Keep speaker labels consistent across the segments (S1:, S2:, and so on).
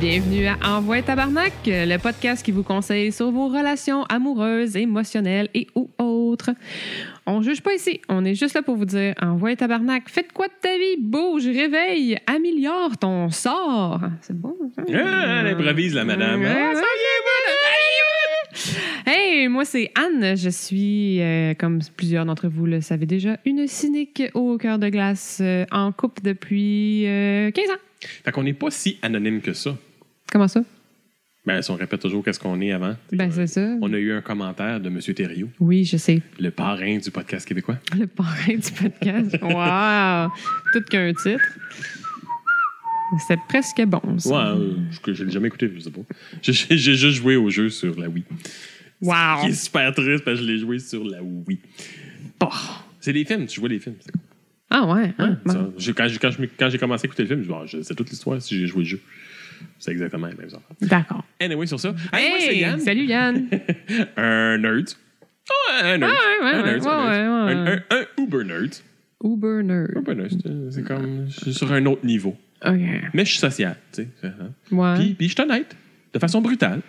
S1: Bienvenue à Envoi Tabarnak, le podcast qui vous conseille sur vos relations amoureuses, émotionnelles et ou autres. On juge pas ici, on est juste là pour vous dire Envoie Tabarnak, faites quoi de ta vie, bouge, réveille, améliore ton sort. C'est bon. ça?
S2: Ah, elle improvise, la madame.
S1: Ouais,
S2: Ah,
S1: ouais.
S2: ça
S1: Hey, moi c'est Anne, je suis, euh, comme plusieurs d'entre vous le savez déjà, une cynique au cœur de glace euh, en couple depuis euh, 15 ans.
S2: y est. Fait qu'on n'est pas si anonyme que ça.
S1: Comment ça?
S2: Ben, si on répète toujours qu'est-ce qu'on est avant.
S1: Ben c'est ça.
S2: On a eu un commentaire de M. Thériault,
S1: Oui, je sais.
S2: le parrain du podcast québécois.
S1: Le parrain du podcast. Wow! Tout qu'un titre. C'était presque bon,
S2: Ouais,
S1: ça.
S2: euh, je je l'ai jamais écouté, je sais pas. J'ai- J'ai j'ai juste joué au jeu sur la Wii.
S1: Wow!
S2: Qui est super triste parce que je l'ai joué sur la Wii. Bah!
S1: Bon.
S2: C'est des films, tu vois les films. c'est cool.
S1: Ah ouais, hein?
S2: Ouais,
S1: Bon.
S2: ça, j'ai- Quand j'ai quand je me- quand j'ai commencé à écouter le film, je, me dis, Ah, je sais toute l'histoire si j'ai joué le jeu. C'est exactement la même chose.
S1: D'accord.
S2: Anyway, sur ça. Hey, moi, c'est Yann.
S1: salut Yann!
S2: Un nerd. Ah, un nerd.
S1: Ah, ouais, ouais,
S2: un
S1: ouais,
S2: nerd.
S1: ouais,
S2: un, nerd.
S1: ouais, ouais.
S2: Un- un- un Uber nerd.
S1: Uber nerd.
S2: Uber nerd, c'est- c'est comme. Je suis sur un autre niveau.
S1: OK.
S2: Mais je suis social, tu sais. c'est- hein.
S1: Ouais.
S2: Puis, puis je suis honnête, de façon brutale.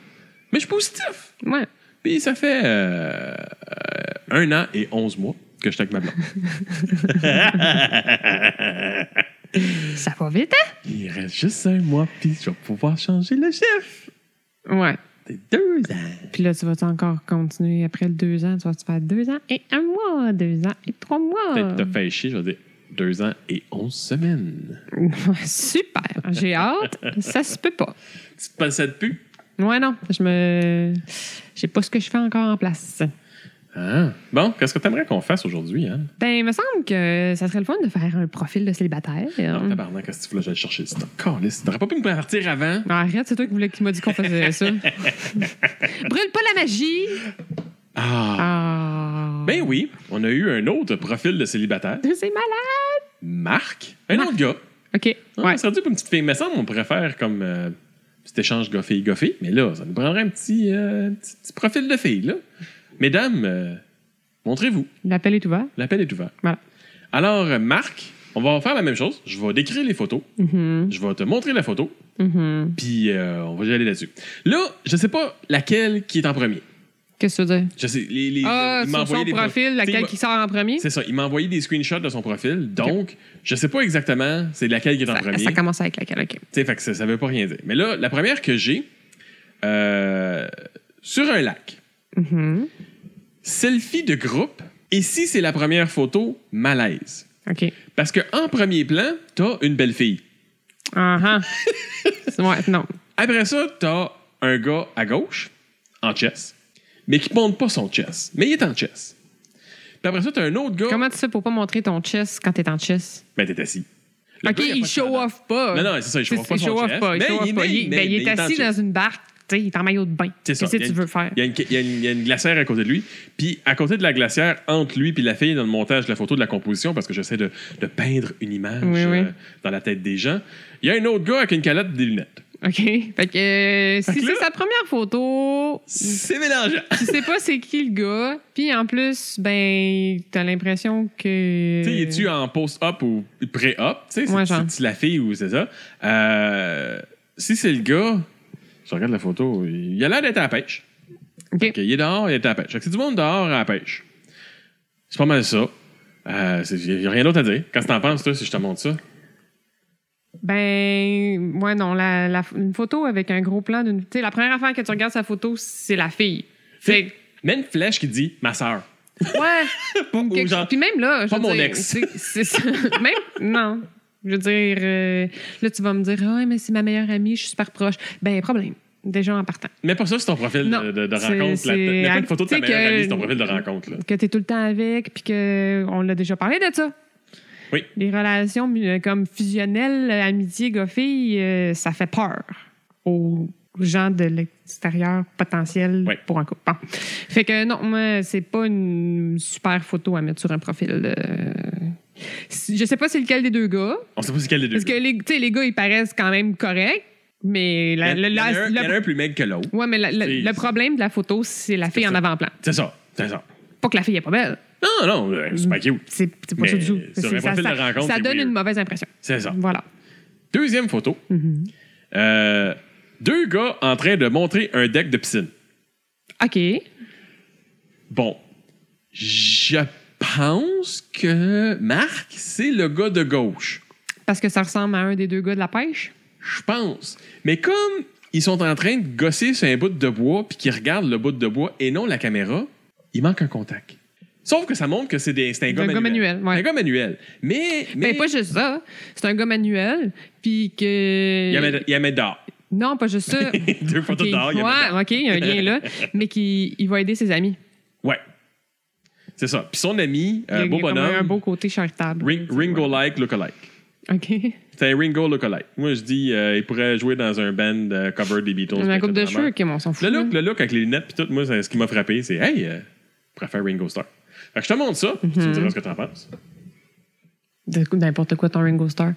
S2: Mais je suis positif.
S1: ouais.
S2: Puis ça fait euh, euh, un an et onze mois que je suis avec ma blonde.
S1: Ça va vite, hein?
S2: Il reste juste un mois, puis je vais pouvoir changer le chef.
S1: hein? Ouais.
S2: C'est deux ans.
S1: Puis là, tu vas encore continuer après le deux ans? Tu vas-tu faire deux ans et un mois? Deux ans et trois mois?
S2: Peut-être que t'as fait chier, je vais dire deux ans et onze semaines.
S1: Super! J'ai hâte. Ça se peut pas.
S2: Tu te penses ça depuis?
S1: Ouais, non. Je me. J'ai pas ce que je fais encore en place.
S2: Ah. Bon, qu'est-ce que t'aimerais qu'on fasse aujourd'hui, hein? Anne?
S1: Ben, il me semble que ça serait le fun de faire un profil de célibataire. Ben,
S2: Non, Ah, tabarnak, qu'est-ce que tu voulais? J'allais chercher. C'est encore lisse. T'aurais pas pu me partir avant?
S1: Arrête, c'est toi qui, voulais- qui m'a dit qu'on faisait ça. Brûle pas la magie!
S2: Ah.
S1: Ah!
S2: Ben oui, on a eu un autre profil de célibataire.
S1: C'est malade!
S2: Marc. Un
S1: Marc.
S2: autre gars.
S1: OK.
S2: Hein,
S1: Ouais.
S2: On serait dû pour une petite fille. Mais ça, on pourrait faire comme euh, petit échange gars-fille-gars-fille. Mais là, ça nous prendrait un petit, euh, petit, petit profil de fille, là. Mesdames, euh, montrez-vous.
S1: L'appel est ouvert.
S2: L'appel est ouvert.
S1: Voilà.
S2: Alors, euh, Marc, on va faire la même chose. Je vais décrire les photos.
S1: Mhm.
S2: Je vais te montrer la photo.
S1: Mhm.
S2: Puis euh, on va y aller là-dessus. Là, je sais pas laquelle qui est en premier.
S1: Qu'est-ce que tu veux dire?
S2: Je sais, les, les,
S1: Ah,
S2: il m'a
S1: sur
S2: envoyé
S1: son
S2: des
S1: profil,
S2: Tu sais, il
S1: laquelle
S2: m'a-
S1: qui sort en premier?
S2: C'est ça, il m'a envoyé des screenshots de son profil, donc je sais pas exactement c'est laquelle qui est en
S1: Ça,
S2: premier.
S1: ça commence avec laquelle, OK.
S2: Tu sais, fait que ça, ça veut pas rien dire. Mais là, la première que j'ai, euh, sur un lac,
S1: Mhm.
S2: selfie de groupe, et si c'est la première photo, malaise.
S1: OK.
S2: Parce que en premier plan, t'as une belle fille.
S1: Ah ah. ouais, non.
S2: Après ça, t'as un gars à gauche, en chess, mais qui monte pas son chess, mais il est en chess. Puis après ça, t'as un autre gars.
S1: Comment tu fais pour pas montrer ton chest quand t'es en chest?
S2: Ben, t'es assis. Le
S1: OK,
S2: gars, a pas
S1: il
S2: de
S1: show
S2: chandail.
S1: off pas.
S2: Non, non, c'est ça, il show
S1: C'est-
S2: off pas
S1: il
S2: son
S1: show off
S2: chest,
S1: pas. Il
S2: mais
S1: show off
S2: il-
S1: pas.
S2: mais-
S1: Il ben,
S2: mais-
S1: il est
S2: mais il est en
S1: assis
S2: chest.
S1: dans une barque. tu sais, Il est en maillot de bain.
S2: C'est ça.
S1: Qu'est-ce que
S2: Il y a
S1: tu
S2: une-
S1: veux faire?
S2: Il y, a une, il y a une- il y a une glacière à côté de lui. Puis à côté de la glacière, entre lui et la fille, dans le montage de la photo de la composition, parce que j'essaie de, de peindre une image
S1: Oui,
S2: euh,
S1: oui.
S2: dans la tête des gens, il y a un autre gars avec une calotte et des lunettes.
S1: OK. Fait que euh, si
S2: que là-
S1: c'est sa première photo,
S2: C'est mélangeant.
S1: tu sais pas c'est qui le gars, puis en plus, ben, t'as l'impression que.
S2: Tu sais, es-tu en post-op ou pré-op? Tu sais,
S1: Ouais,
S2: c'est-
S1: genre.
S2: c'est-tu la fille ou c'est ça? Euh, si c'est le gars, je regarde la photo, il a l'air d'être à la pêche.
S1: OK.
S2: Ok, il est dehors, il est à la pêche. Fait que c'est du monde dehors à la pêche. C'est pas mal ça. Euh, il n'y a rien d'autre à dire. Qu'est-ce que t'en penses, toi, si je te montre ça?
S1: Ben, ouais, non, la, la- une photo avec un gros plan d'une. Tu sais, la première affaire que tu regardes sa photo, c'est la fille. Fait
S2: Mets une flèche qui dit ma sœur.
S1: que, ouais.
S2: Ou
S1: quelque-
S2: genre,
S1: Puis même là, je
S2: Pas
S1: veux
S2: mon
S1: dire,
S2: ex.
S1: c'est- c'est ça. même, non. Je veux dire, euh, là, tu vas me dire, ah, mais c'est ma meilleure amie, je suis super proche. Ben, problème. Déjà en partant.
S2: mets pas ça sur ton profil
S1: Non,
S2: de, de- de
S1: c'est-
S2: rencontre. là.
S1: c'est-
S2: Mets pas une photo de ta
S1: tu sais
S2: meilleure
S1: que-
S2: amie sur ton profil de rencontre. là.
S1: Que t'es tout le temps avec, puis que on l'a déjà parlé de ça.
S2: Oui.
S1: Les relations euh, comme fusionnelles, euh, amitié, gars-fille, euh, ça fait peur aux gens de l'extérieur potentiel
S2: Oui.
S1: pour un couple. Bon. Fait que non, moi, c'est pas une super photo à mettre sur un profil. euh, si- Je sais pas c'est lequel des deux gars,
S2: On sait pas c'est quel des deux.
S1: parce que les, tu sais, les gars, ils paraissent quand même corrects, mais la-
S2: Il y en-
S1: la-
S2: il y en a
S1: la-
S2: un- il y en a
S1: la-
S2: un plus maigre que l'autre.
S1: ouais, mais la- la-
S2: C'est-
S1: le problème de la photo, c'est la fille en
S2: ça.
S1: avant-plan.
S2: C'est ça. C'est ça.
S1: Pas que la fille est pas belle.
S2: Non, non, euh, c'est pas cute.
S1: C'est c'est pas
S2: Mais
S1: ça du tout.
S2: sur un
S1: C'est-
S2: profil
S1: ça,
S2: de rencontre,
S1: ça
S2: c'est Ah.
S1: donne
S2: weird.
S1: Mm-hmm. une mauvaise impression.
S2: C'est ça.
S1: Voilà.
S2: Deuxième photo. Euh, Deux gars en train de montrer un deck de piscine.
S1: OK.
S2: Bon, je pense que Marc, c'est le gars de gauche.
S1: Parce que ça ressemble à un des deux gars de la pêche.
S2: Je pense. Mais comme ils sont en train de gosser sur un bout de bois puis qu'ils regardent le bout de bois et non la caméra, il manque un contact. Sauf que ça montre que c'est des- c'est un gars
S1: Un gars
S2: manuel.
S1: manuel, ouais.
S2: Un gars manuel. Mais, mais
S1: Mais Ben, pas juste ça. C'est un gars manuel, puis que...
S2: il y a met- il y a met dehors.
S1: Non, pas juste ça.
S2: Deux
S1: OK,
S2: photos dehors, il y a met dehors.
S1: Ouais, OK, il y a un lien là. Mais qui il va aider ses amis.
S2: Ouais. C'est ça. Puis son ami,
S1: Il y
S2: un
S1: a-
S2: beau
S1: il y a comme
S2: bonhomme,
S1: un beau côté charitable.
S2: Ring- Ringo-like, look-alike.
S1: OK.
S2: C'est un Ringo look-alike. Moi, je dis, euh, il pourrait jouer dans un band euh, cover des Beatles.
S1: Une coupe de
S2: etc.
S1: cheveux, OK, mais on s'en fout.
S2: Le
S1: là.
S2: look, le look avec les lunettes puis tout, moi, c'est ce qui m'a frappé, c'est hey, euh, je préfère Ringo Starr. Fait que je te montre ça, puis
S1: Mm-hmm.
S2: tu me diras ce que t'en penses.
S1: De- N'importe quoi, ton Ringo Star.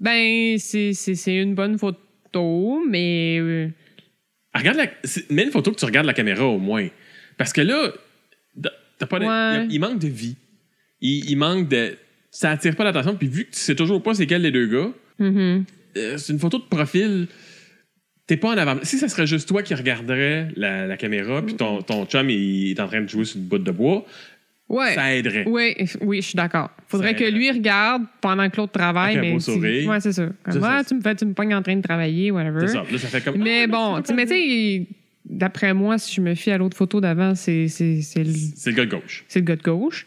S1: ben, c'est- c'est c'est une bonne photo, mais. euh,
S2: Ah, regarde la, c'est- mets une photo que tu regardes la caméra au moins, parce que là, d- t'as pas, de-
S1: Ouais.
S2: il y a- il manque de vie, il, il manque de, ça attire pas l'attention. Puis vu que tu sais toujours pas c'est quel les deux gars,
S1: mhm.
S2: euh, c'est une photo de profil. T'es pas en avant. Si ça serait juste toi qui regarderais la, la caméra, puis ton, ton chum il est en train de jouer sur une botte de bois,
S1: Ouais.
S2: ça aiderait.
S1: Oui, oui, je suis d'accord. Faudrait
S2: Ça-
S1: que lui regarde pendant que l'autre travaille.
S2: Avec un
S1: mais
S2: beau
S1: si-
S2: sourire.
S1: Ouais, c'est ça. Comme,
S2: ça,
S1: ah,
S2: ça.
S1: tu me fais, tu me pognes en train de travailler, whatever.
S2: C'est ça. Là, ça fait comme.
S1: Mais
S2: Ah,
S1: bon, tu
S2: merci,
S1: mais tu sais, d'après moi, si je me fie à l'autre photo d'avant, c'est c'est- c'est le,
S2: C'est le gars de gauche.
S1: c'est le gars de gauche.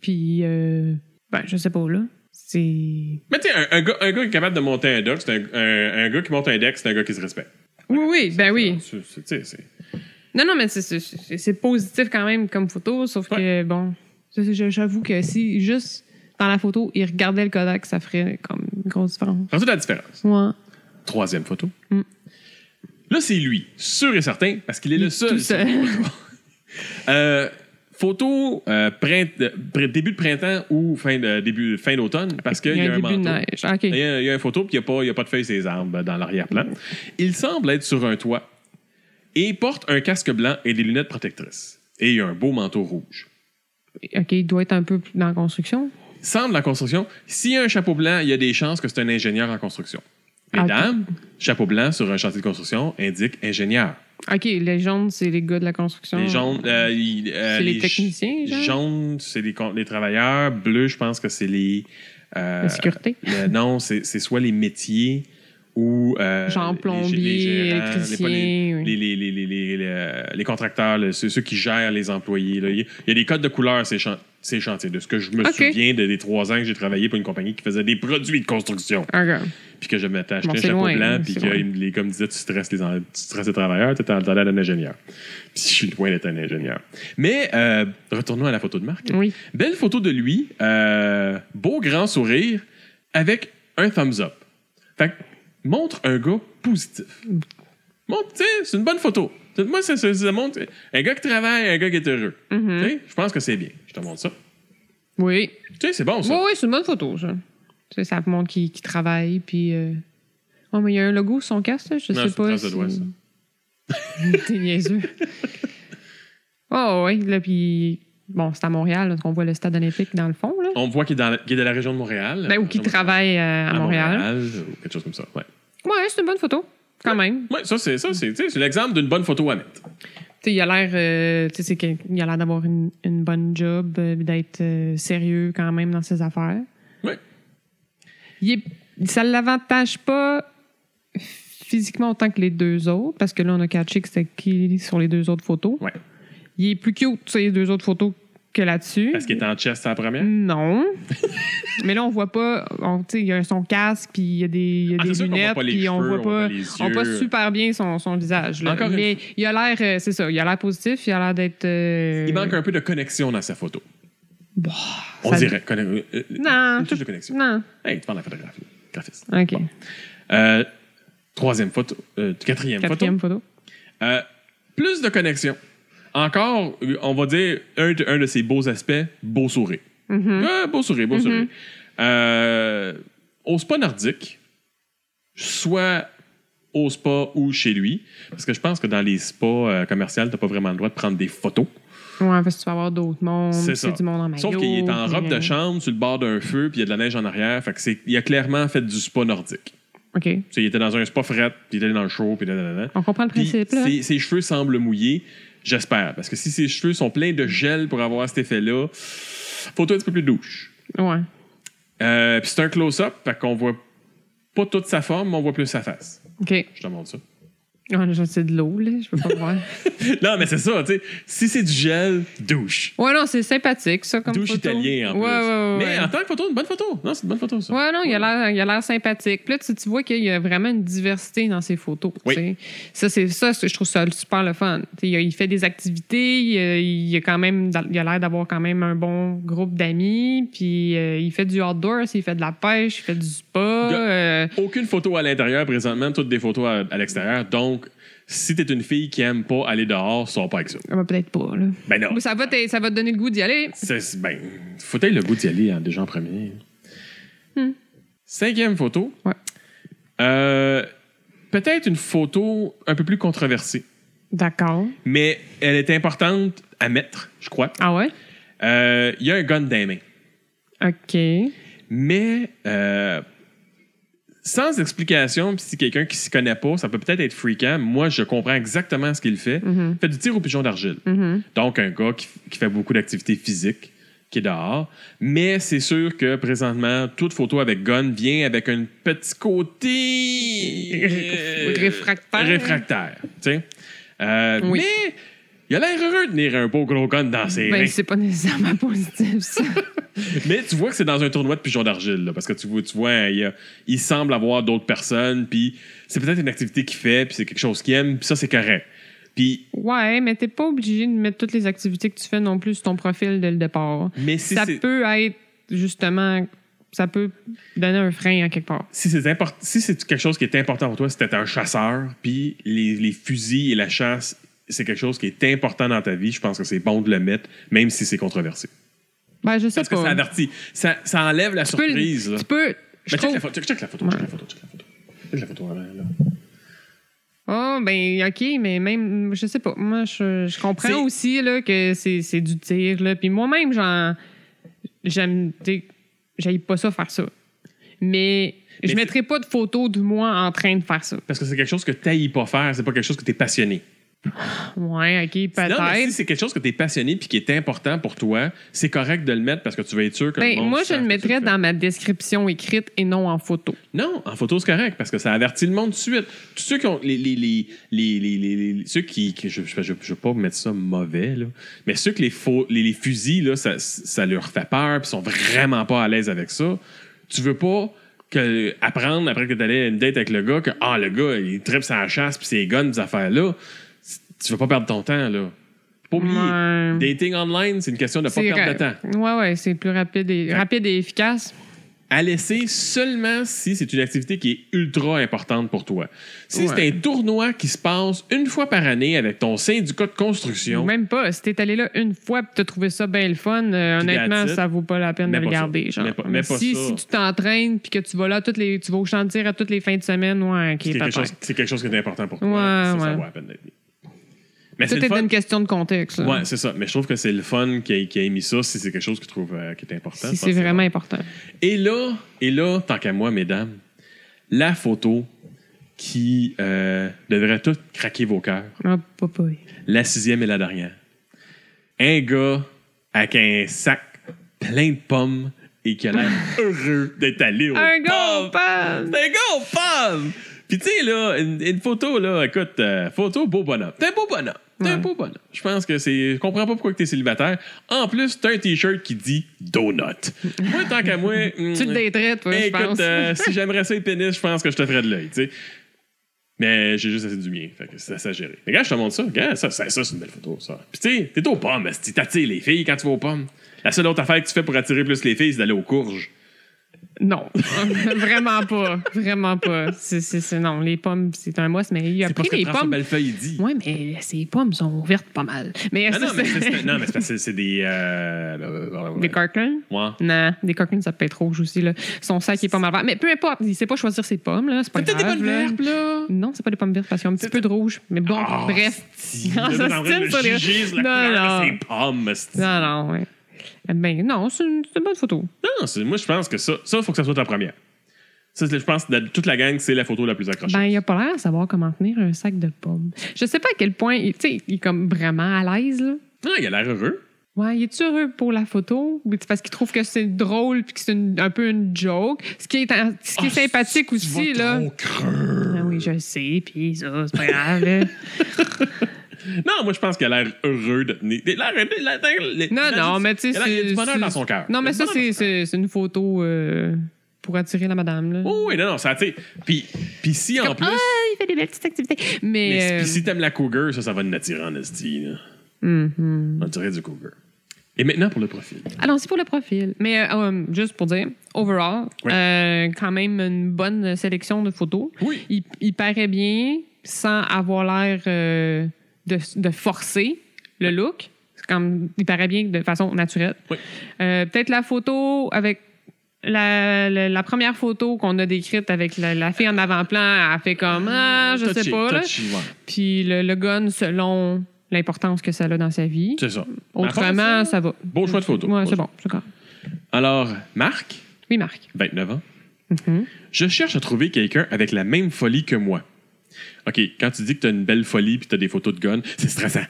S1: Puis, euh, ben, je sais pas, là. C'est.
S2: Mais tu sais, un, un gars, un gars qui est capable de monter un deck, c'est un, un- un gars qui monte un deck, c'est un gars qui se respecte.
S1: Oui, oui, ben oui.
S2: C'est- c'est- tu sais, c'est-
S1: Non, non, mais c'est- c'est- c'est c'est positif quand même comme photo, sauf que, bon, ça, c'est- je- j'avoue que si juste dans la photo, il regardait le Kodak, ça ferait comme une grosse différence.
S2: Prends-tu la différence?
S1: Ouais.
S2: Troisième photo.
S1: Mm.
S2: Là, c'est lui, sûr et certain, parce qu'il est
S1: Il
S2: le
S1: est
S2: seul.
S1: tout seul.
S2: Euh, photo euh, print- euh, pr- début de printemps ou fin de- début fin d'automne, parce qu'il y, a un
S1: début de
S2: manteau.
S1: neige. Ah, OK.
S2: Il y, a, il y a une photo, puis il n'y a, pas- il y a pas de feuilles et des arbres euh, dans l'arrière-plan. Il semble être sur un toit et porte un casque blanc et des lunettes protectrices. Et il a un beau manteau rouge.
S1: OK, il doit être un peu plus dans la construction.
S2: semble en construction. S'il y a un chapeau blanc, il y a des chances que c'est un ingénieur en construction. Mesdames,
S1: Ah,
S2: chapeau blanc sur un chantier de construction indique ingénieur.
S1: Ah, OK, les jaunes, c'est les gars de la construction.
S2: Les jaunes, euh, il-
S1: Oh.
S2: euh,
S1: C'est les
S2: ch-
S1: techniciens, genre?
S2: Jaunes, c'est les, con- les travailleurs. Bleu, je pense que c'est les. euh,
S1: La sécurité.
S2: le- non, c'est c'est soit les métiers ou. euh,
S1: Genre
S2: les- les
S1: plombier,
S2: gérants, les- pas
S1: électricien.
S2: les-
S1: oui.
S2: les, les, les, les, les, les, euh, les contracteurs, là, ceux, ceux qui gèrent les employés. là. Il y a- il y a des codes de couleur, ces, chan- ces chantiers. De ce que je me
S1: Ok.
S2: souviens de- des trois ans que j'ai travaillé pour une compagnie qui faisait des produits de construction,
S1: Ah, OK.
S2: puis que je m'étais acheté
S1: Bon,
S2: un
S1: c'est
S2: chapeau
S1: loin,
S2: blanc,
S1: hein,
S2: puis
S1: c'est
S2: que,
S1: loin.
S2: il me les- comme disait, tu stresses les, en- tu stresses les travailleurs, tu es en train d'un ingénieur. Puis je suis loin d'être un ingénieur. Mais euh, retournons à la photo de Marc.
S1: Oui.
S2: Belle photo de lui, euh, beau grand sourire, avec un thumbs up. Fait que, montre un gars positif. Montre, tu sais, c'est une bonne photo. C'est- Moi, ça, ça- ça montre un gars qui travaille, un gars qui est heureux.
S1: Mhm.
S2: Tu sais, je pense que c'est bien. Je te montre ça.
S1: Oui.
S2: Tu sais, c'est bon, ça.
S1: Oui, oui, c'est une bonne photo, ça. Tu sais, ça montre qu'il qu'il travaille, puis. euh, Oh, mais il y a un logo sur son casque, là. Je
S2: Non,
S1: sais
S2: c'est une
S1: pas.
S2: trace de doigt, ça.
S1: T'es niaiseux. Oh, oui, là, puis. Bon, c'est à Montréal, donc on voit le stade olympique dans le fond, là.
S2: On voit qu'il est, dans la- qu'il est de la région de Montréal.
S1: Ben, ou qui travaille euh, à, Montréal.
S2: Ou quelque chose comme ça. Ouais,
S1: Ouais, c'est une bonne photo, quand même.
S2: Ouais, ça, c'est ça, c'est tu sais, c'est l'exemple d'une bonne photo à mettre.
S1: Tu sais, il a l'air euh, tu sais, c'est quelqu'un- il a l'air d'avoir une, une bonne job, euh, d'être euh, sérieux quand même dans ses affaires.
S2: Oui.
S1: Il est- ça ne l'avantage pas physiquement autant que les deux autres, parce que là, on a catché que c'était qui sur les deux autres photos.
S2: Ouais.
S1: Il est plus cute sur les deux autres photos que là-dessus.
S2: Parce qu'il est en chest à la première.
S1: Non. Mais là, on voit pas. on- tu sais, Il y a son casque, puis il y a des, il y a
S2: Ah,
S1: des
S2: c'est sûr qu'on voit
S1: lunettes,
S2: pas les
S1: puis on
S2: cheveux,
S1: voit pas.
S2: les
S1: On
S2: yeux.
S1: voit super bien son, son visage. là.
S2: Encore une
S1: Mais il a l'air, euh, c'est ça, il a l'air positif, il a l'air d'être. euh,
S2: Il manque un peu de connexion dans sa photo.
S1: Bah,
S2: On
S1: ça-
S2: dirait. conne- euh, euh,
S1: Non,
S2: Une touche de connexion.
S1: non.
S2: Hey, tu parles de la photographie. Graphiste.
S1: OK.
S2: Euh, troisième photo. euh, quatrième,
S1: Quatrième
S2: photo.
S1: photo.
S2: Euh, plus de connexion. Encore, euh, on va dire, un de, un de ses beaux aspects, beau sourire.
S1: Mhm.
S2: Ah, beau sourire, beau sourire.
S1: Mm-hmm.
S2: Euh, ose pas nordique, soit au spa ou chez lui, parce que je pense que dans les spas euh, commerciaux, t'as pas vraiment le droit de prendre des photos.
S1: Ouais, parce que tu vas avoir d'autres mondes.
S2: C'est
S1: C'est
S2: ça.
S1: du monde en maillot.
S2: Sauf qu'il est en
S1: puis,
S2: robe de
S1: euh,
S2: chambre sur le bord d'un feu, puis il y a de la neige en arrière. Fait que c'est, il a clairement fait du spa nordique.
S1: OK.
S2: Tu sais, il était dans un spa fret, puis il était dans le show, puis nanana.
S1: On comprend le
S2: Puis
S1: principe, là.
S2: ses, ses cheveux semblent mouillés. J'espère. Parce que si ses cheveux sont pleins de gel pour avoir cet effet-là, faut tout un petit peu plus de douche.
S1: Ouais.
S2: Euh, puis c'est un close-up, fait qu'on voit pas toute sa forme, mais on voit plus sa face.
S1: OK.
S2: Je te montre ça.
S1: Ah, genre, c'est de l'eau, là. Je peux pas voir.
S2: Non, mais c'est ça, tu sais. Si c'est du gel, douche.
S1: Ouais, non, c'est sympathique, ça, comme
S2: douche
S1: photo.
S2: italien, en plus.
S1: Ouais, ouais, ouais,
S2: Mais
S1: ouais.
S2: en tant que photo, une bonne photo. Non, c'est une bonne photo, ça.
S1: Ouais, non, il a l'air, il a l'air sympathique. Puis là, tu, tu vois qu'il y a vraiment une diversité dans ses photos. tu
S2: Oui.
S1: sais. Ça, c'est ça, c'est- je trouve ça super le fun. Tu sais, Il, a- il fait des activités, il, a- il a quand même, dans- il a l'air d'avoir quand même un bon groupe d'amis. Puis euh, il fait du outdoor, il fait de la pêche, il fait du spa.
S2: Gars-
S1: euh,
S2: Aucune photo à l'intérieur présentement, toutes des photos à, à l'extérieur. Donc, si t'es une fille qui aime pas aller dehors, sors pas avec ça.
S1: ah, ben, peut-être pas. Là.
S2: Ben non.
S1: Mais Ça, va t'a- ça va te donner le goût d'y aller.
S2: C'est- c'est- ben, faut être le goût d'y aller hein, déjà en premier.
S1: Hmm.
S2: Cinquième photo.
S1: Ouais.
S2: Euh, Peut-être une photo un peu plus controversée,
S1: D'accord.
S2: mais elle est importante à mettre, je crois.
S1: Ah ouais?
S2: Euh, Il y a un gun dans les mains.
S1: OK.
S2: Mais euh, sans explication, puis si quelqu'un qui s'y connaît pas, ça peut peut-être être freakant. Moi, je comprends exactement ce qu'il fait.
S1: Mm-hmm.
S2: Il fait du tir au pigeon d'argile.
S1: Mhm.
S2: Donc, un gars qui, qui fait beaucoup d'activités physiques, qui est dehors. Mais c'est sûr que présentement, toute photo avec gun vient avec un petit côté. euh,
S1: Ré- réfractaire.
S2: Réfractaire. tu sais. Euh,
S1: Oui.
S2: Mais il a l'air heureux de tenir un beau gros gun dans ses
S1: Ben,
S2: mains.
S1: c'est pas nécessairement positif, ça.
S2: Mais tu vois que c'est dans un tournoi de pigeons d'argile, là, parce que tu vois, tu vois il, y a- il semble avoir d'autres personnes, puis c'est peut-être une activité qu'il fait, puis c'est quelque chose qu'il aime, puis ça, c'est correct. Puis,
S1: Ouais, mais t'es pas obligé de mettre toutes les activités que tu fais non plus sur ton profil dès le départ.
S2: mais si
S1: ça
S2: c'est
S1: peut être justement, ça peut donner un frein à quelque part.
S2: si c'est import- si c'est quelque chose qui est important pour toi, si t'es un chasseur, puis les, les fusils et la chasse, c'est quelque chose qui est important dans ta vie, je pense que c'est bon de le mettre, même si c'est controversé.
S1: Ben, je sais
S2: Parce que ça
S1: pas.
S2: avertit. Ça, ça enlève la
S1: peux le-
S2: surprise. là.
S1: tu peux. Je
S2: Mais check
S1: trouve.
S2: la photo, check la photo, check la photo, check la photo. Check la photo avant, là.
S1: Ah, ben, OK, mais même, je sais pas. Moi, je, je
S2: C'est-
S1: comprends aussi là, que c'est c'est du tir. Là. Puis moi-même, j'en. J'aime. tu sais, J'aille pas ça faire ça. Mais,
S2: Mais
S1: je
S2: c'est-
S1: mettrai pas de photos de moi en train de faire ça.
S2: Parce que c'est quelque chose que t'ailles pas faire, c'est pas quelque chose que t'es passionné.
S1: Ouais, OK,
S2: Non, mais
S1: peut-être.
S2: si c'est quelque chose que tu es passionné puis qui est important pour toi, c'est correct de le mettre parce que tu vas être sûr que le
S1: Ben,
S2: monde
S1: moi, je
S2: sache
S1: le
S2: que tu
S1: mettrais
S2: fais.
S1: dans ma description écrite et non en photo.
S2: Non, en photo, c'est correct parce que ça avertit le monde tout de suite. Tous ceux qui ont. Les, les, les, les, les- les- les- ceux qui. qui- je ne je, je veux pas mettre ça mauvais, là, mais ceux que les, faux- les, les fusils, là, ça, ça leur fait peur puis sont vraiment pas à l'aise avec ça, tu veux pas. Que, apprendre après que tu allé à une date avec le gars que ah le gars il tripe sa chasse puis ses guns ces affaires là tu veux pas perdre ton temps là Faut pas oublier
S1: Ouais.
S2: Dating online, c'est une question de ne pas
S1: C'est
S2: perdre de
S1: ra-
S2: temps.
S1: Ouais, ouais, c'est plus rapide et, rapide et efficace.
S2: À laisser seulement si c'est une activité qui est ultra importante pour toi. Si c'est
S1: Ouais.
S2: un tournoi qui se passe une fois par année avec ton syndicat de construction,
S1: Même pas. Si t'es allé là une fois et t'as trouvé ça bien le fun, euh,
S2: Puis
S1: honnêtement,
S2: that's it.
S1: ça vaut pas la peine
S2: Mets
S1: de
S2: pas
S1: regarder.
S2: ça.
S1: Genre.
S2: Mets pas- mets pas
S1: si,
S2: ça.
S1: si tu t'entraînes puis que tu vas là toutes les. Tu vas au chantier à toutes les fins de semaine, ouais, ok,
S2: c'est quelque,
S1: peut-être.
S2: chose- c'est quelque chose qui est important pour toi.
S1: Ouais,
S2: ça, ça
S1: ouais.
S2: vaut la peine d'être mis. Mais c'est
S1: Tout
S2: le
S1: est
S2: fun.
S1: une question de contexte. là.
S2: Ouais, c'est ça. Mais je trouve que c'est le fun qu'il ait, qu'il ait mis ça si c'est quelque chose qu'il trouve euh, qui est important. Je
S1: si c'est
S2: pense que
S1: vraiment
S2: bon.
S1: important.
S2: Et là, et là, tant qu'à moi, mesdames, la photo qui euh, devrait tout craquer vos cœurs.
S1: Ah, papaye.
S2: La sixième et la dernière. Un gars avec un sac plein de pommes et qui a l'air heureux d'être allé au
S1: Un gars, pas!
S2: C'est un gars aux pommes! Puis tu sais, là, une, une photo, là, écoute, euh, photo, beau bonhomme. T'es un beau bonhomme. T'es un
S1: Ouais.
S2: beau bonhomme. Je pense que c'est... Je comprends pas pourquoi que t'es célibataire. En plus, t'as un T-shirt qui dit « Donut ». Moi, tant qu'à moi... mm,
S1: Tu te daterais, toi, je
S2: écoute,
S1: pense.
S2: euh, si j'aimerais ça les pénis, je pense que je te ferais de l'œil, tu sais. Mais j'ai juste assez du mien, fait que c'est à gérer. Mais gars, je te montre ça. Regarde, ça, ça, ça, c'est une belle photo, ça. Puis tu sais, t'es aux pommes, tu t'attires les filles quand tu vas aux pommes. La seule autre affaire que tu fais pour attirer plus les filles, c'est d'aller aux courges.
S1: Non, vraiment pas. Vraiment pas. C'est, c'est, c'est- non, les pommes, c'est un must, mais il a
S2: C'est pas
S1: pris
S2: ce que
S1: les
S2: François
S1: pommes.
S2: Bellefeuille dit.
S1: Oui, mais euh, ces pommes sont ouvertes pas mal. Mais
S2: Ah
S1: ça,
S2: non, mais
S1: c'est-
S2: c'est- c'est- non, mais c'est parce que c'est des. Euh,
S1: Des Kirkland?
S2: Ouais.
S1: Non, des Kirkland, ça peut être rouge aussi. Là. Son sac est pas mal vert. Mais peu importe, il sait pas choisir ses pommes. là. C'est pas
S2: C'est peut-être des
S1: grave,
S2: bonnes
S1: là.
S2: verbes, là.
S1: Non, c'est pas des pommes vertes parce qu'il y a un petit peu de rouge. Mais bon,
S2: Ah,
S1: bref.
S2: Si,
S1: Non,
S2: là,
S1: ça
S2: t'es en train de
S1: se tient sur les-
S2: juger sur la
S1: Non,
S2: couleur de
S1: non.
S2: ses pommes. esti.
S1: Non, non, ouais. Eh Ben, non, c'est une, c'est une bonne photo.
S2: Non, c'est- moi, je pense que ça, ça, faut que ça soit ta première. Ça, c'est- je pense, de toute la gang, c'est la photo la plus accrochée.
S1: Ben, il a pas l'air à savoir comment tenir un sac de pommes. Je sais pas à quel point, il- tu sais, il est comme vraiment à l'aise, là.
S2: Ah, il a l'air heureux.
S1: Ouais, il est heureux pour la photo? Ou c'est parce qu'il trouve que c'est drôle puis que c'est une- un peu une joke? Ce qui est, en- ce qui est
S2: Ah,
S1: sympathique
S2: tu
S1: aussi,
S2: vas
S1: là.
S2: trop creux.
S1: Ah oui, je le sais, puis ça, c'est pas grave, là.
S2: Non, moi, je pense qu'il a l'air heureux de tenir. Il a l'air- il a l'air- il a-
S1: Non,
S2: il a-
S1: non, mais tu sais,
S2: Il a, il a
S1: c'est-
S2: du bonheur
S1: c'est-
S2: dans son cœur.
S1: Non,
S2: Il a
S1: mais
S2: du
S1: ça,
S2: bonheur
S1: c'est
S2: dans son cœur.
S1: c'est- c'est une photo euh, pour attirer la madame, là.
S2: Oh, oui, non, non, ça, tu sais. Puis, puis si, en
S1: Comme,
S2: plus.
S1: Ah, il fait des belles petites activités. Mais.
S2: mais si-
S1: euh,
S2: puis si t'aimes la cougar, ça, ça va nous attirer en esti, là.
S1: mhm.
S2: On dirait du cougar. Et maintenant, pour le profil.
S1: Alors, c'est pour le profil. Mais euh, euh, juste pour dire, overall,
S2: Ouais.
S1: euh, quand même une bonne sélection de photos.
S2: Oui.
S1: Il, il paraît bien sans avoir l'air euh, de, de forcer le look. C'est Comme, il paraît bien de façon naturelle.
S2: Oui.
S1: Euh, Peut-être la photo avec. La, la- la première photo qu'on a décrite avec la, la fille en avant-plan, elle fait comme ah, je sais
S2: Touchy,
S1: pas. là.
S2: touchy, ouais.
S1: Puis le, le gun selon l'importance que ça a dans sa vie.
S2: C'est ça. Mais à part
S1: Autrement, ça va.
S2: Beau choix de photo.
S1: Ouais,
S2: Beau
S1: c'est
S2: choix.
S1: bon, c'est correct.
S2: Alors, Marc,
S1: Oui, Marc.
S2: 29 ans.
S1: Mhm.
S2: Je cherche à trouver quelqu'un avec la même folie que moi. OK, quand tu dis que tu as une belle folie puis tu as des photos de gun, c'est stressant.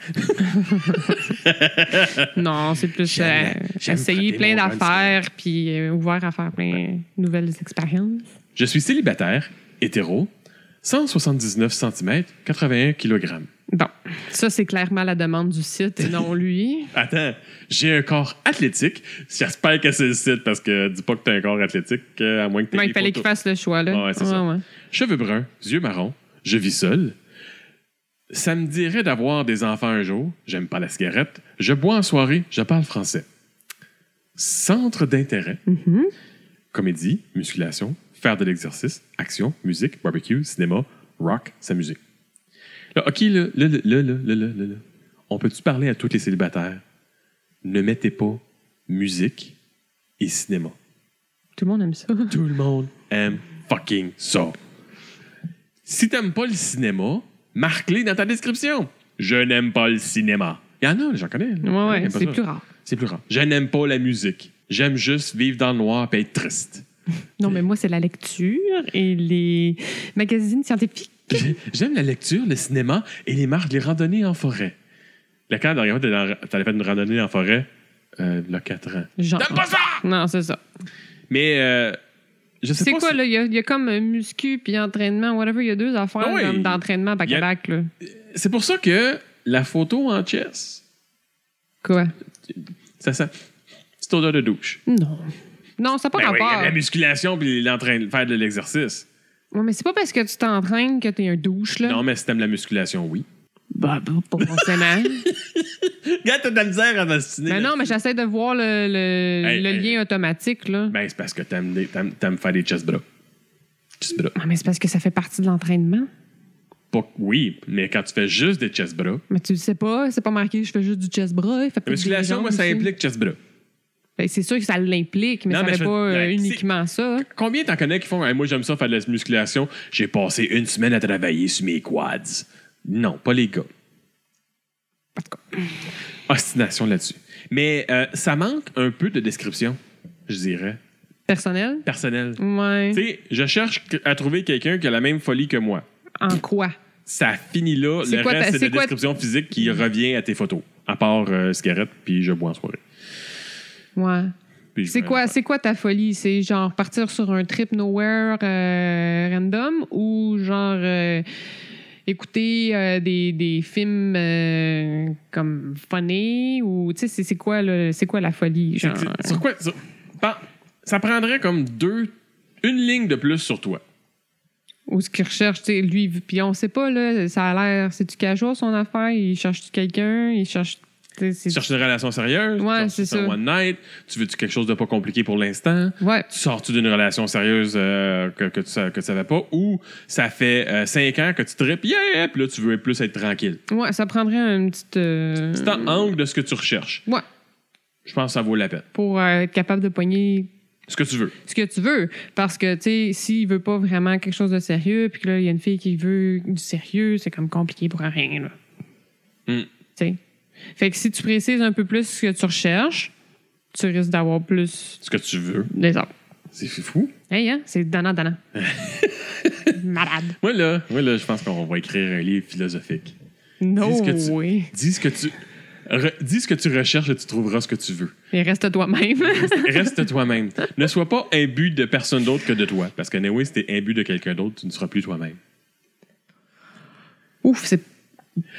S1: Non, c'est plus euh,
S2: J'aime- j'aime
S1: essayer
S2: prêter
S1: plein
S2: mon
S1: d'affaires puis euh, ouvert à faire plein de nouvelles expériences.
S2: Je suis célibataire, hétéro, 179 cm, 81 kg.
S1: Bon, ça, c'est clairement la demande du site et non lui.
S2: Attends, j'ai un corps athlétique. J'espère que c'est le site parce que dis pas que t'as un corps athlétique, euh, à moins que t'aies
S1: Ouais, Ben, il
S2: des
S1: fallait qu'il
S2: photos.
S1: fasse le choix, là.
S2: Ouais, c'est ça.
S1: ouais.
S2: Cheveux bruns, yeux marrons, je vis seul. Ça me dirait d'avoir des enfants un jour. J'aime pas la cigarette. Je bois en soirée. Je parle français. Centre d'intérêt.
S1: Mhm.
S2: Comédie, musculation, faire de l'exercice, action, musique, barbecue, cinéma, rock, s'amuser. Là, OK, là, là, là, là, là, là, là, là, là. On peut-tu parler à tous les célibataires? Ne mettez pas musique et cinéma.
S1: Tout le monde aime ça.
S2: Tout le monde aime fucking ça. Si t'aimes pas le cinéma, marque-les dans ta description. Je n'aime pas le cinéma. Il y en a, j'en connais. là.
S1: Ouais, ouais,
S2: J'aime pas
S1: c'est
S2: ça.
S1: plus rare.
S2: C'est plus rare. Je n'aime pas la musique. J'aime juste vivre dans le noir et être triste.
S1: Non, mais moi, c'est la lecture et les magazines scientifiques.
S2: J'ai- J'aime la lecture, le cinéma et les marches, les randonnées en forêt. La quand la dernière fois t'es dans- t'allais faire une randonnée en forêt, euh, il y a 4 ans.
S1: Genre.
S2: T'aimes pas ça!
S1: Non, c'est ça.
S2: Mais euh, je sais
S1: C'est
S2: pas
S1: quoi,
S2: si-
S1: là? Il y, a- il y a comme euh, muscu puis entraînement, whatever. Il y a deux affaires
S2: Ah ouais,
S1: comme d'entraînement
S2: il y a-
S1: back-à-back, là.
S2: C'est pour ça que la photo en chess,
S1: Quoi?
S2: ça sent petite odeur de douche.
S1: Non. Non, ça n'a pas
S2: Ben oui,
S1: rapport.
S2: la musculation puis l'entraîne faire de l'exercice.
S1: Ouais, mais c'est pas parce que tu t'entraînes que t'es un douche, là.
S2: Non, mais si t'aimes la musculation, oui.
S1: Bah, bah, pas forcément.
S2: Regarde, t'as de la misère à vacciner.
S1: mais Ben non, mais j'essaie de voir le, le-
S2: Hey,
S1: le
S2: hey.
S1: lien automatique, là.
S2: Ben, c'est parce que t'aimes, des- t'aimes- t'aimes faire des chest bras. Chest bras.
S1: Ah, mais c'est parce que ça fait partie de l'entraînement.
S2: Pas- oui, mais quand tu fais juste des chest bras.
S1: Mais tu le sais pas, c'est pas marqué, je fais juste du chest bra. il fait pas
S2: La
S1: de
S2: musculation,
S1: jambes
S2: moi, ça
S1: aussi.
S2: implique chest bras.
S1: Ben, c'est sûr que ça l'implique, mais
S2: Non,
S1: ça
S2: mais
S1: fait
S2: je- ben,
S1: pas euh,
S2: Ouais,
S1: uniquement ça.
S2: Combien t'en connais qui font Hey, Moi, j'aime ça faire de la musculation. J'ai passé une semaine à travailler sur mes quads. Non, pas les gars. Ostination là-dessus. Mais euh, ça manque un peu de description, je dirais,
S1: Personnel?
S2: personnelle.
S1: Ouais.
S2: Tu sais, je cherche à trouver quelqu'un qui a la même folie que moi.
S1: En quoi?
S2: Ça finit là.
S1: C'est
S2: Le
S1: quoi ta-
S2: reste, c'est
S1: c'est
S2: la
S1: quoi- Mm.
S2: description physique qui revient à tes photos. À part euh, cigarette, puis je bois en soirée.
S1: Ouais.
S2: Puis je
S1: C'est
S2: me-
S1: quoi, c'est quoi ta folie? C'est genre partir sur un trip nowhere euh, random ou genre euh, écouter euh, des, des films euh, comme funny ou tu sais, c'est- c'est quoi, le- c'est quoi la folie? Genre?
S2: C'est- Sur quoi? sur- par- ça prendrait comme deux, une ligne de plus sur toi.
S1: Ou ce qu'il recherche, tu sais, lui, puis on sait pas, là, ça a l'air, c'est-tu casual son affaire? Il cherche-tu quelqu'un? Il cherche. tu sais,
S2: Tu
S1: c'est-
S2: cherches une relation sérieuse,
S1: Ouais,
S2: tu cherches
S1: c'est
S2: un
S1: ça.
S2: one night, tu veux-tu quelque chose de pas compliqué pour l'instant?
S1: Ouais.
S2: Tu sors-tu d'une relation sérieuse euh, que, que tu sa- que tu savais pas? Ou ça fait euh, cinq ans que tu tripes, yeah, puis là, tu veux plus être tranquille.
S1: ouais, ça prendrait une petite. euh,
S2: C'est en angle de ce que tu recherches.
S1: Ouais,
S2: Je pense que ça vaut la peine.
S1: pour euh, être capable de pogner
S2: Ce que tu veux.
S1: ce que tu veux. Parce que, tu sais, s'il veut pas vraiment quelque chose de sérieux, puis que là, il y a une fille qui veut du sérieux, c'est comme compliqué pour rien, là.
S2: Mm.
S1: Tu sais. Fait que si tu précises un peu plus ce que tu recherches, tu risques d'avoir plus
S2: Ce que tu veux.
S1: des ordres.
S2: C'est fou.
S1: Hey, hein? C'est donnant, donnant. Malade.
S2: Moi, là, moi, là je pense qu'on va écrire un livre philosophique.
S1: No
S2: Dis ce que tu-
S1: way.
S2: Dis ce que tu, re- dis ce que tu recherches et tu trouveras ce que tu veux.
S1: Mais reste toi-même.
S2: Reste toi-même. Ne sois pas imbu de personne d'autre que de toi. Parce que, anyway, si t'es imbu de quelqu'un d'autre, tu ne seras plus toi-même.
S1: Ouf, c'est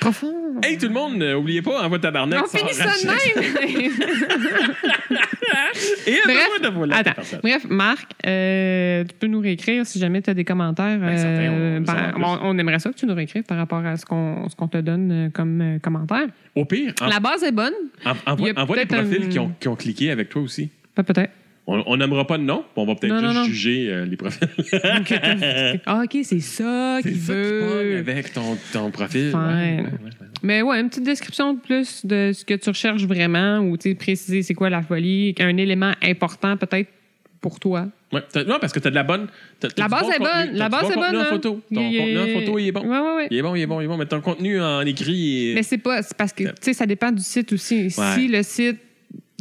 S1: profond.
S2: Hey, tout le monde, euh, oubliez pas, envoie tabarnak.
S1: On finit ça de même.
S2: Et
S1: Bref,
S2: envoie de voilà,
S1: Attends.
S2: personne.
S1: Bref, Marc, euh, tu peux nous réécrire si jamais tu as des commentaires.
S2: Ben, certain, on-
S1: euh,
S2: on vous en
S1: ben,
S2: a plus.
S1: on, on aimerait ça que tu nous réécrives par rapport à ce qu'on ce qu'on te donne euh, comme euh, commentaire.
S2: Au pire, en-
S1: Ah. La base est bonne.
S2: en-
S1: il y
S2: envoie,
S1: a
S2: envoie des
S1: peut-être
S2: profils
S1: un-
S2: qui, ont, qui ont cliqué avec toi aussi.
S1: Ben, Peut-être.
S2: On on nommera pas de nom, on va peut-être
S1: Non,
S2: juste
S1: non, non.
S2: juger euh, les profils.
S1: Ah, OK, c'est ça
S2: C'est
S1: qu'il
S2: ça qui pogne
S1: veut.
S2: avec ton, ton profil.
S1: Fine.
S2: Ouais, ouais, ouais.
S1: Mais ouais, une petite description de plus de ce que tu recherches vraiment ou tu sais, préciser c'est quoi la folie, un élément important peut-être pour toi.
S2: Ouais, t'as- non, parce que t'as de la bonne. t'as- t'as
S1: La
S2: du
S1: base
S2: bon
S1: est
S2: contenu,
S1: bonne.
S2: t'as
S1: La
S2: du
S1: base
S2: bon
S1: est
S2: contenu
S1: bonne.
S2: en
S1: hein.
S2: photo. Ton
S1: Il-
S2: contenu en photo, il est bon.
S1: Ouais, ouais, ouais.
S2: Il est bon, il est bon, il est bon. Mais ton contenu en écrit. est-
S1: Mais c'est pas. c'est parce que, tu sais, ça dépend du site aussi.
S2: Euh, Ouais.
S1: Si le site,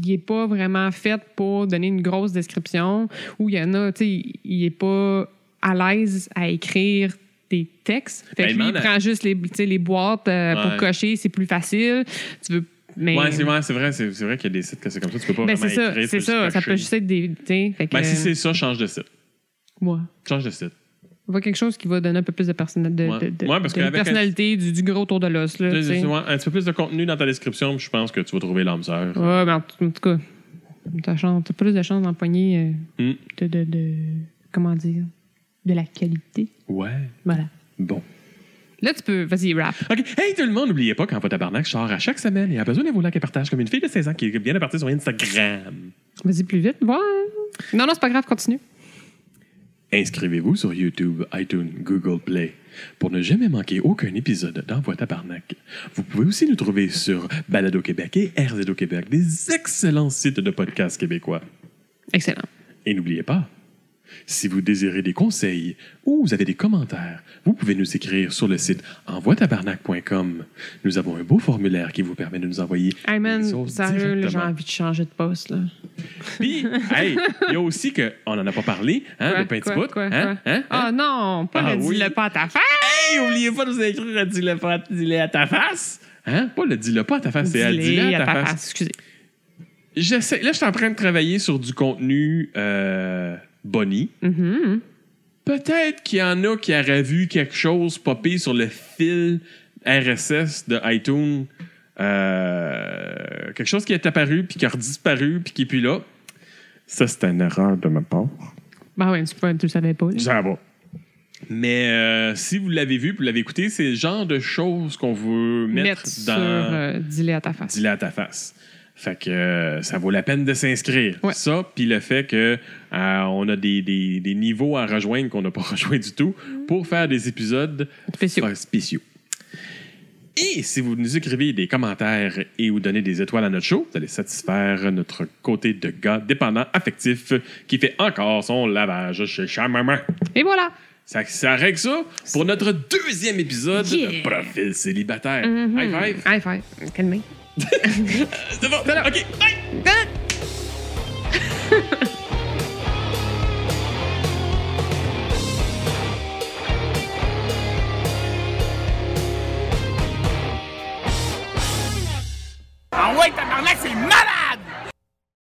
S1: il est pas vraiment fait pour donner une grosse description, ou il y en a, tu sais, il est pas à l'aise à écrire des textes. Fait que
S2: Ben,
S1: lui, il
S2: demande à-
S1: prend juste les, tu sais, les boîtes euh,
S2: Ouais.
S1: pour cocher, c'est plus facile. Tu veux. Mais.
S2: Ouais, c'est ouais, c'est vrai, c'est c'est vrai qu'il y a des sites que c'est comme ça. Tu peux pas
S1: Ben, c'est
S2: vraiment
S1: ça,
S2: écrire.
S1: c'est ça. Ça peut juste être des. tu sais, Fait que,
S2: Ben, si
S1: euh,
S2: c'est ça, change de site.
S1: ouais.
S2: Change de site.
S1: On voit quelque chose qui va donner un peu plus de, personne- de,
S2: Ouais.
S1: de- de-
S2: Ouais, parce
S1: de
S2: qu'avec un-
S1: personnalité, du, du gros tour de l'os. là,
S2: Là,
S1: tu sais.
S2: justement, un petit peu plus de contenu dans ta description, puis je pense que tu vas trouver l'âme sœur.
S1: Ouais, mais en, tout- en tout cas, t'as chan- t'as plus de chances d'empoigner euh,
S2: Mm.
S1: de, de, de- Comment dire De la qualité.
S2: Ouais.
S1: Voilà.
S2: Bon.
S1: Là, tu peux. Vas-y, rap.
S2: OK. Hey, tout le monde, n'oubliez pas qu'Envoi Tabarnak sort à chaque semaine et a besoin de vos likes et partages comme une fille de 16 ans qui vient de partir sur Instagram.
S1: Vas-y plus vite. Ouais. Non, non, c'est pas grave, continue.
S2: Inscrivez-vous sur YouTube, iTunes, Google Play pour ne jamais manquer aucun épisode d'Envoi Tabarnak. Vous pouvez aussi nous trouver sur Balado Québec et RZO Québec, des excellents sites de podcasts québécois.
S1: Excellent.
S2: Et n'oubliez pas, si vous désirez des conseils ou vous avez des commentaires, vous pouvez nous écrire sur le site envoitabarnak.com. Nous avons un beau formulaire qui vous permet de nous envoyer
S1: Hey
S2: des
S1: man,
S2: choses
S1: sérieux, là, j'ai
S2: directement.
S1: envie de changer de poste. Là.
S2: Puis, hey, il y a aussi que on n'en a pas parlé, hein,
S1: Quoi,
S2: le petit
S1: quoi,
S2: bout,
S1: quoi,
S2: hein,
S1: quoi?
S2: hein, hein?
S1: Ah non, pas
S2: Ah
S1: le
S2: oui.
S1: dis-le pas à ta femme.
S2: Hey, oubliez pas de vous inscrire à dis-le pas, dis-le à ta face. Hein? Pas le dis-le pas à ta face, c'est à dis-le à ta face.
S1: Excusez.
S2: J'essaie, là, je suis en train de travailler sur du contenu euh, Bonnie. Mm-hmm.
S1: Mhm.
S2: Peut-être qu'il y en a qui auraient vu quelque chose popper sur le fil RSS de iTunes. Euh, quelque chose qui est apparu, puis qui a redisparu, puis qui est plus là. Ça, c'est une erreur de ma part.
S1: Ben ouais, tu, peux- tu le savais pas. là.
S2: Ça va. Mais euh, si vous l'avez vu, puis vous l'avez écouté, c'est le genre de choses qu'on veut mettre,
S1: Mettre sur
S2: dans
S1: euh, dis-le à ta face.
S2: Dis-le à ta face. Fait que euh, ça vaut la peine de s'inscrire.
S1: Ouais.
S2: Ça, puis le fait que euh, on a des, des- des niveaux à rejoindre qu'on n'a pas rejoint du tout pour faire des épisodes
S1: Spéciaux.
S2: fa- spéciaux. Et si vous nous écrivez des commentaires et vous donnez des étoiles à notre show, vous allez satisfaire notre côté de gars dépendant affectif qui fait encore son lavage chez Chamama.
S1: Et voilà.
S2: Ça, ça règle ça pour notre deuxième épisode de
S1: Yeah.
S2: Profil célibataire.
S1: Mhm.
S2: High five.
S1: High five. Calmez.
S2: C'est bon. OK. Bye.
S3: Ah ouais, tabarnak, c'est malade!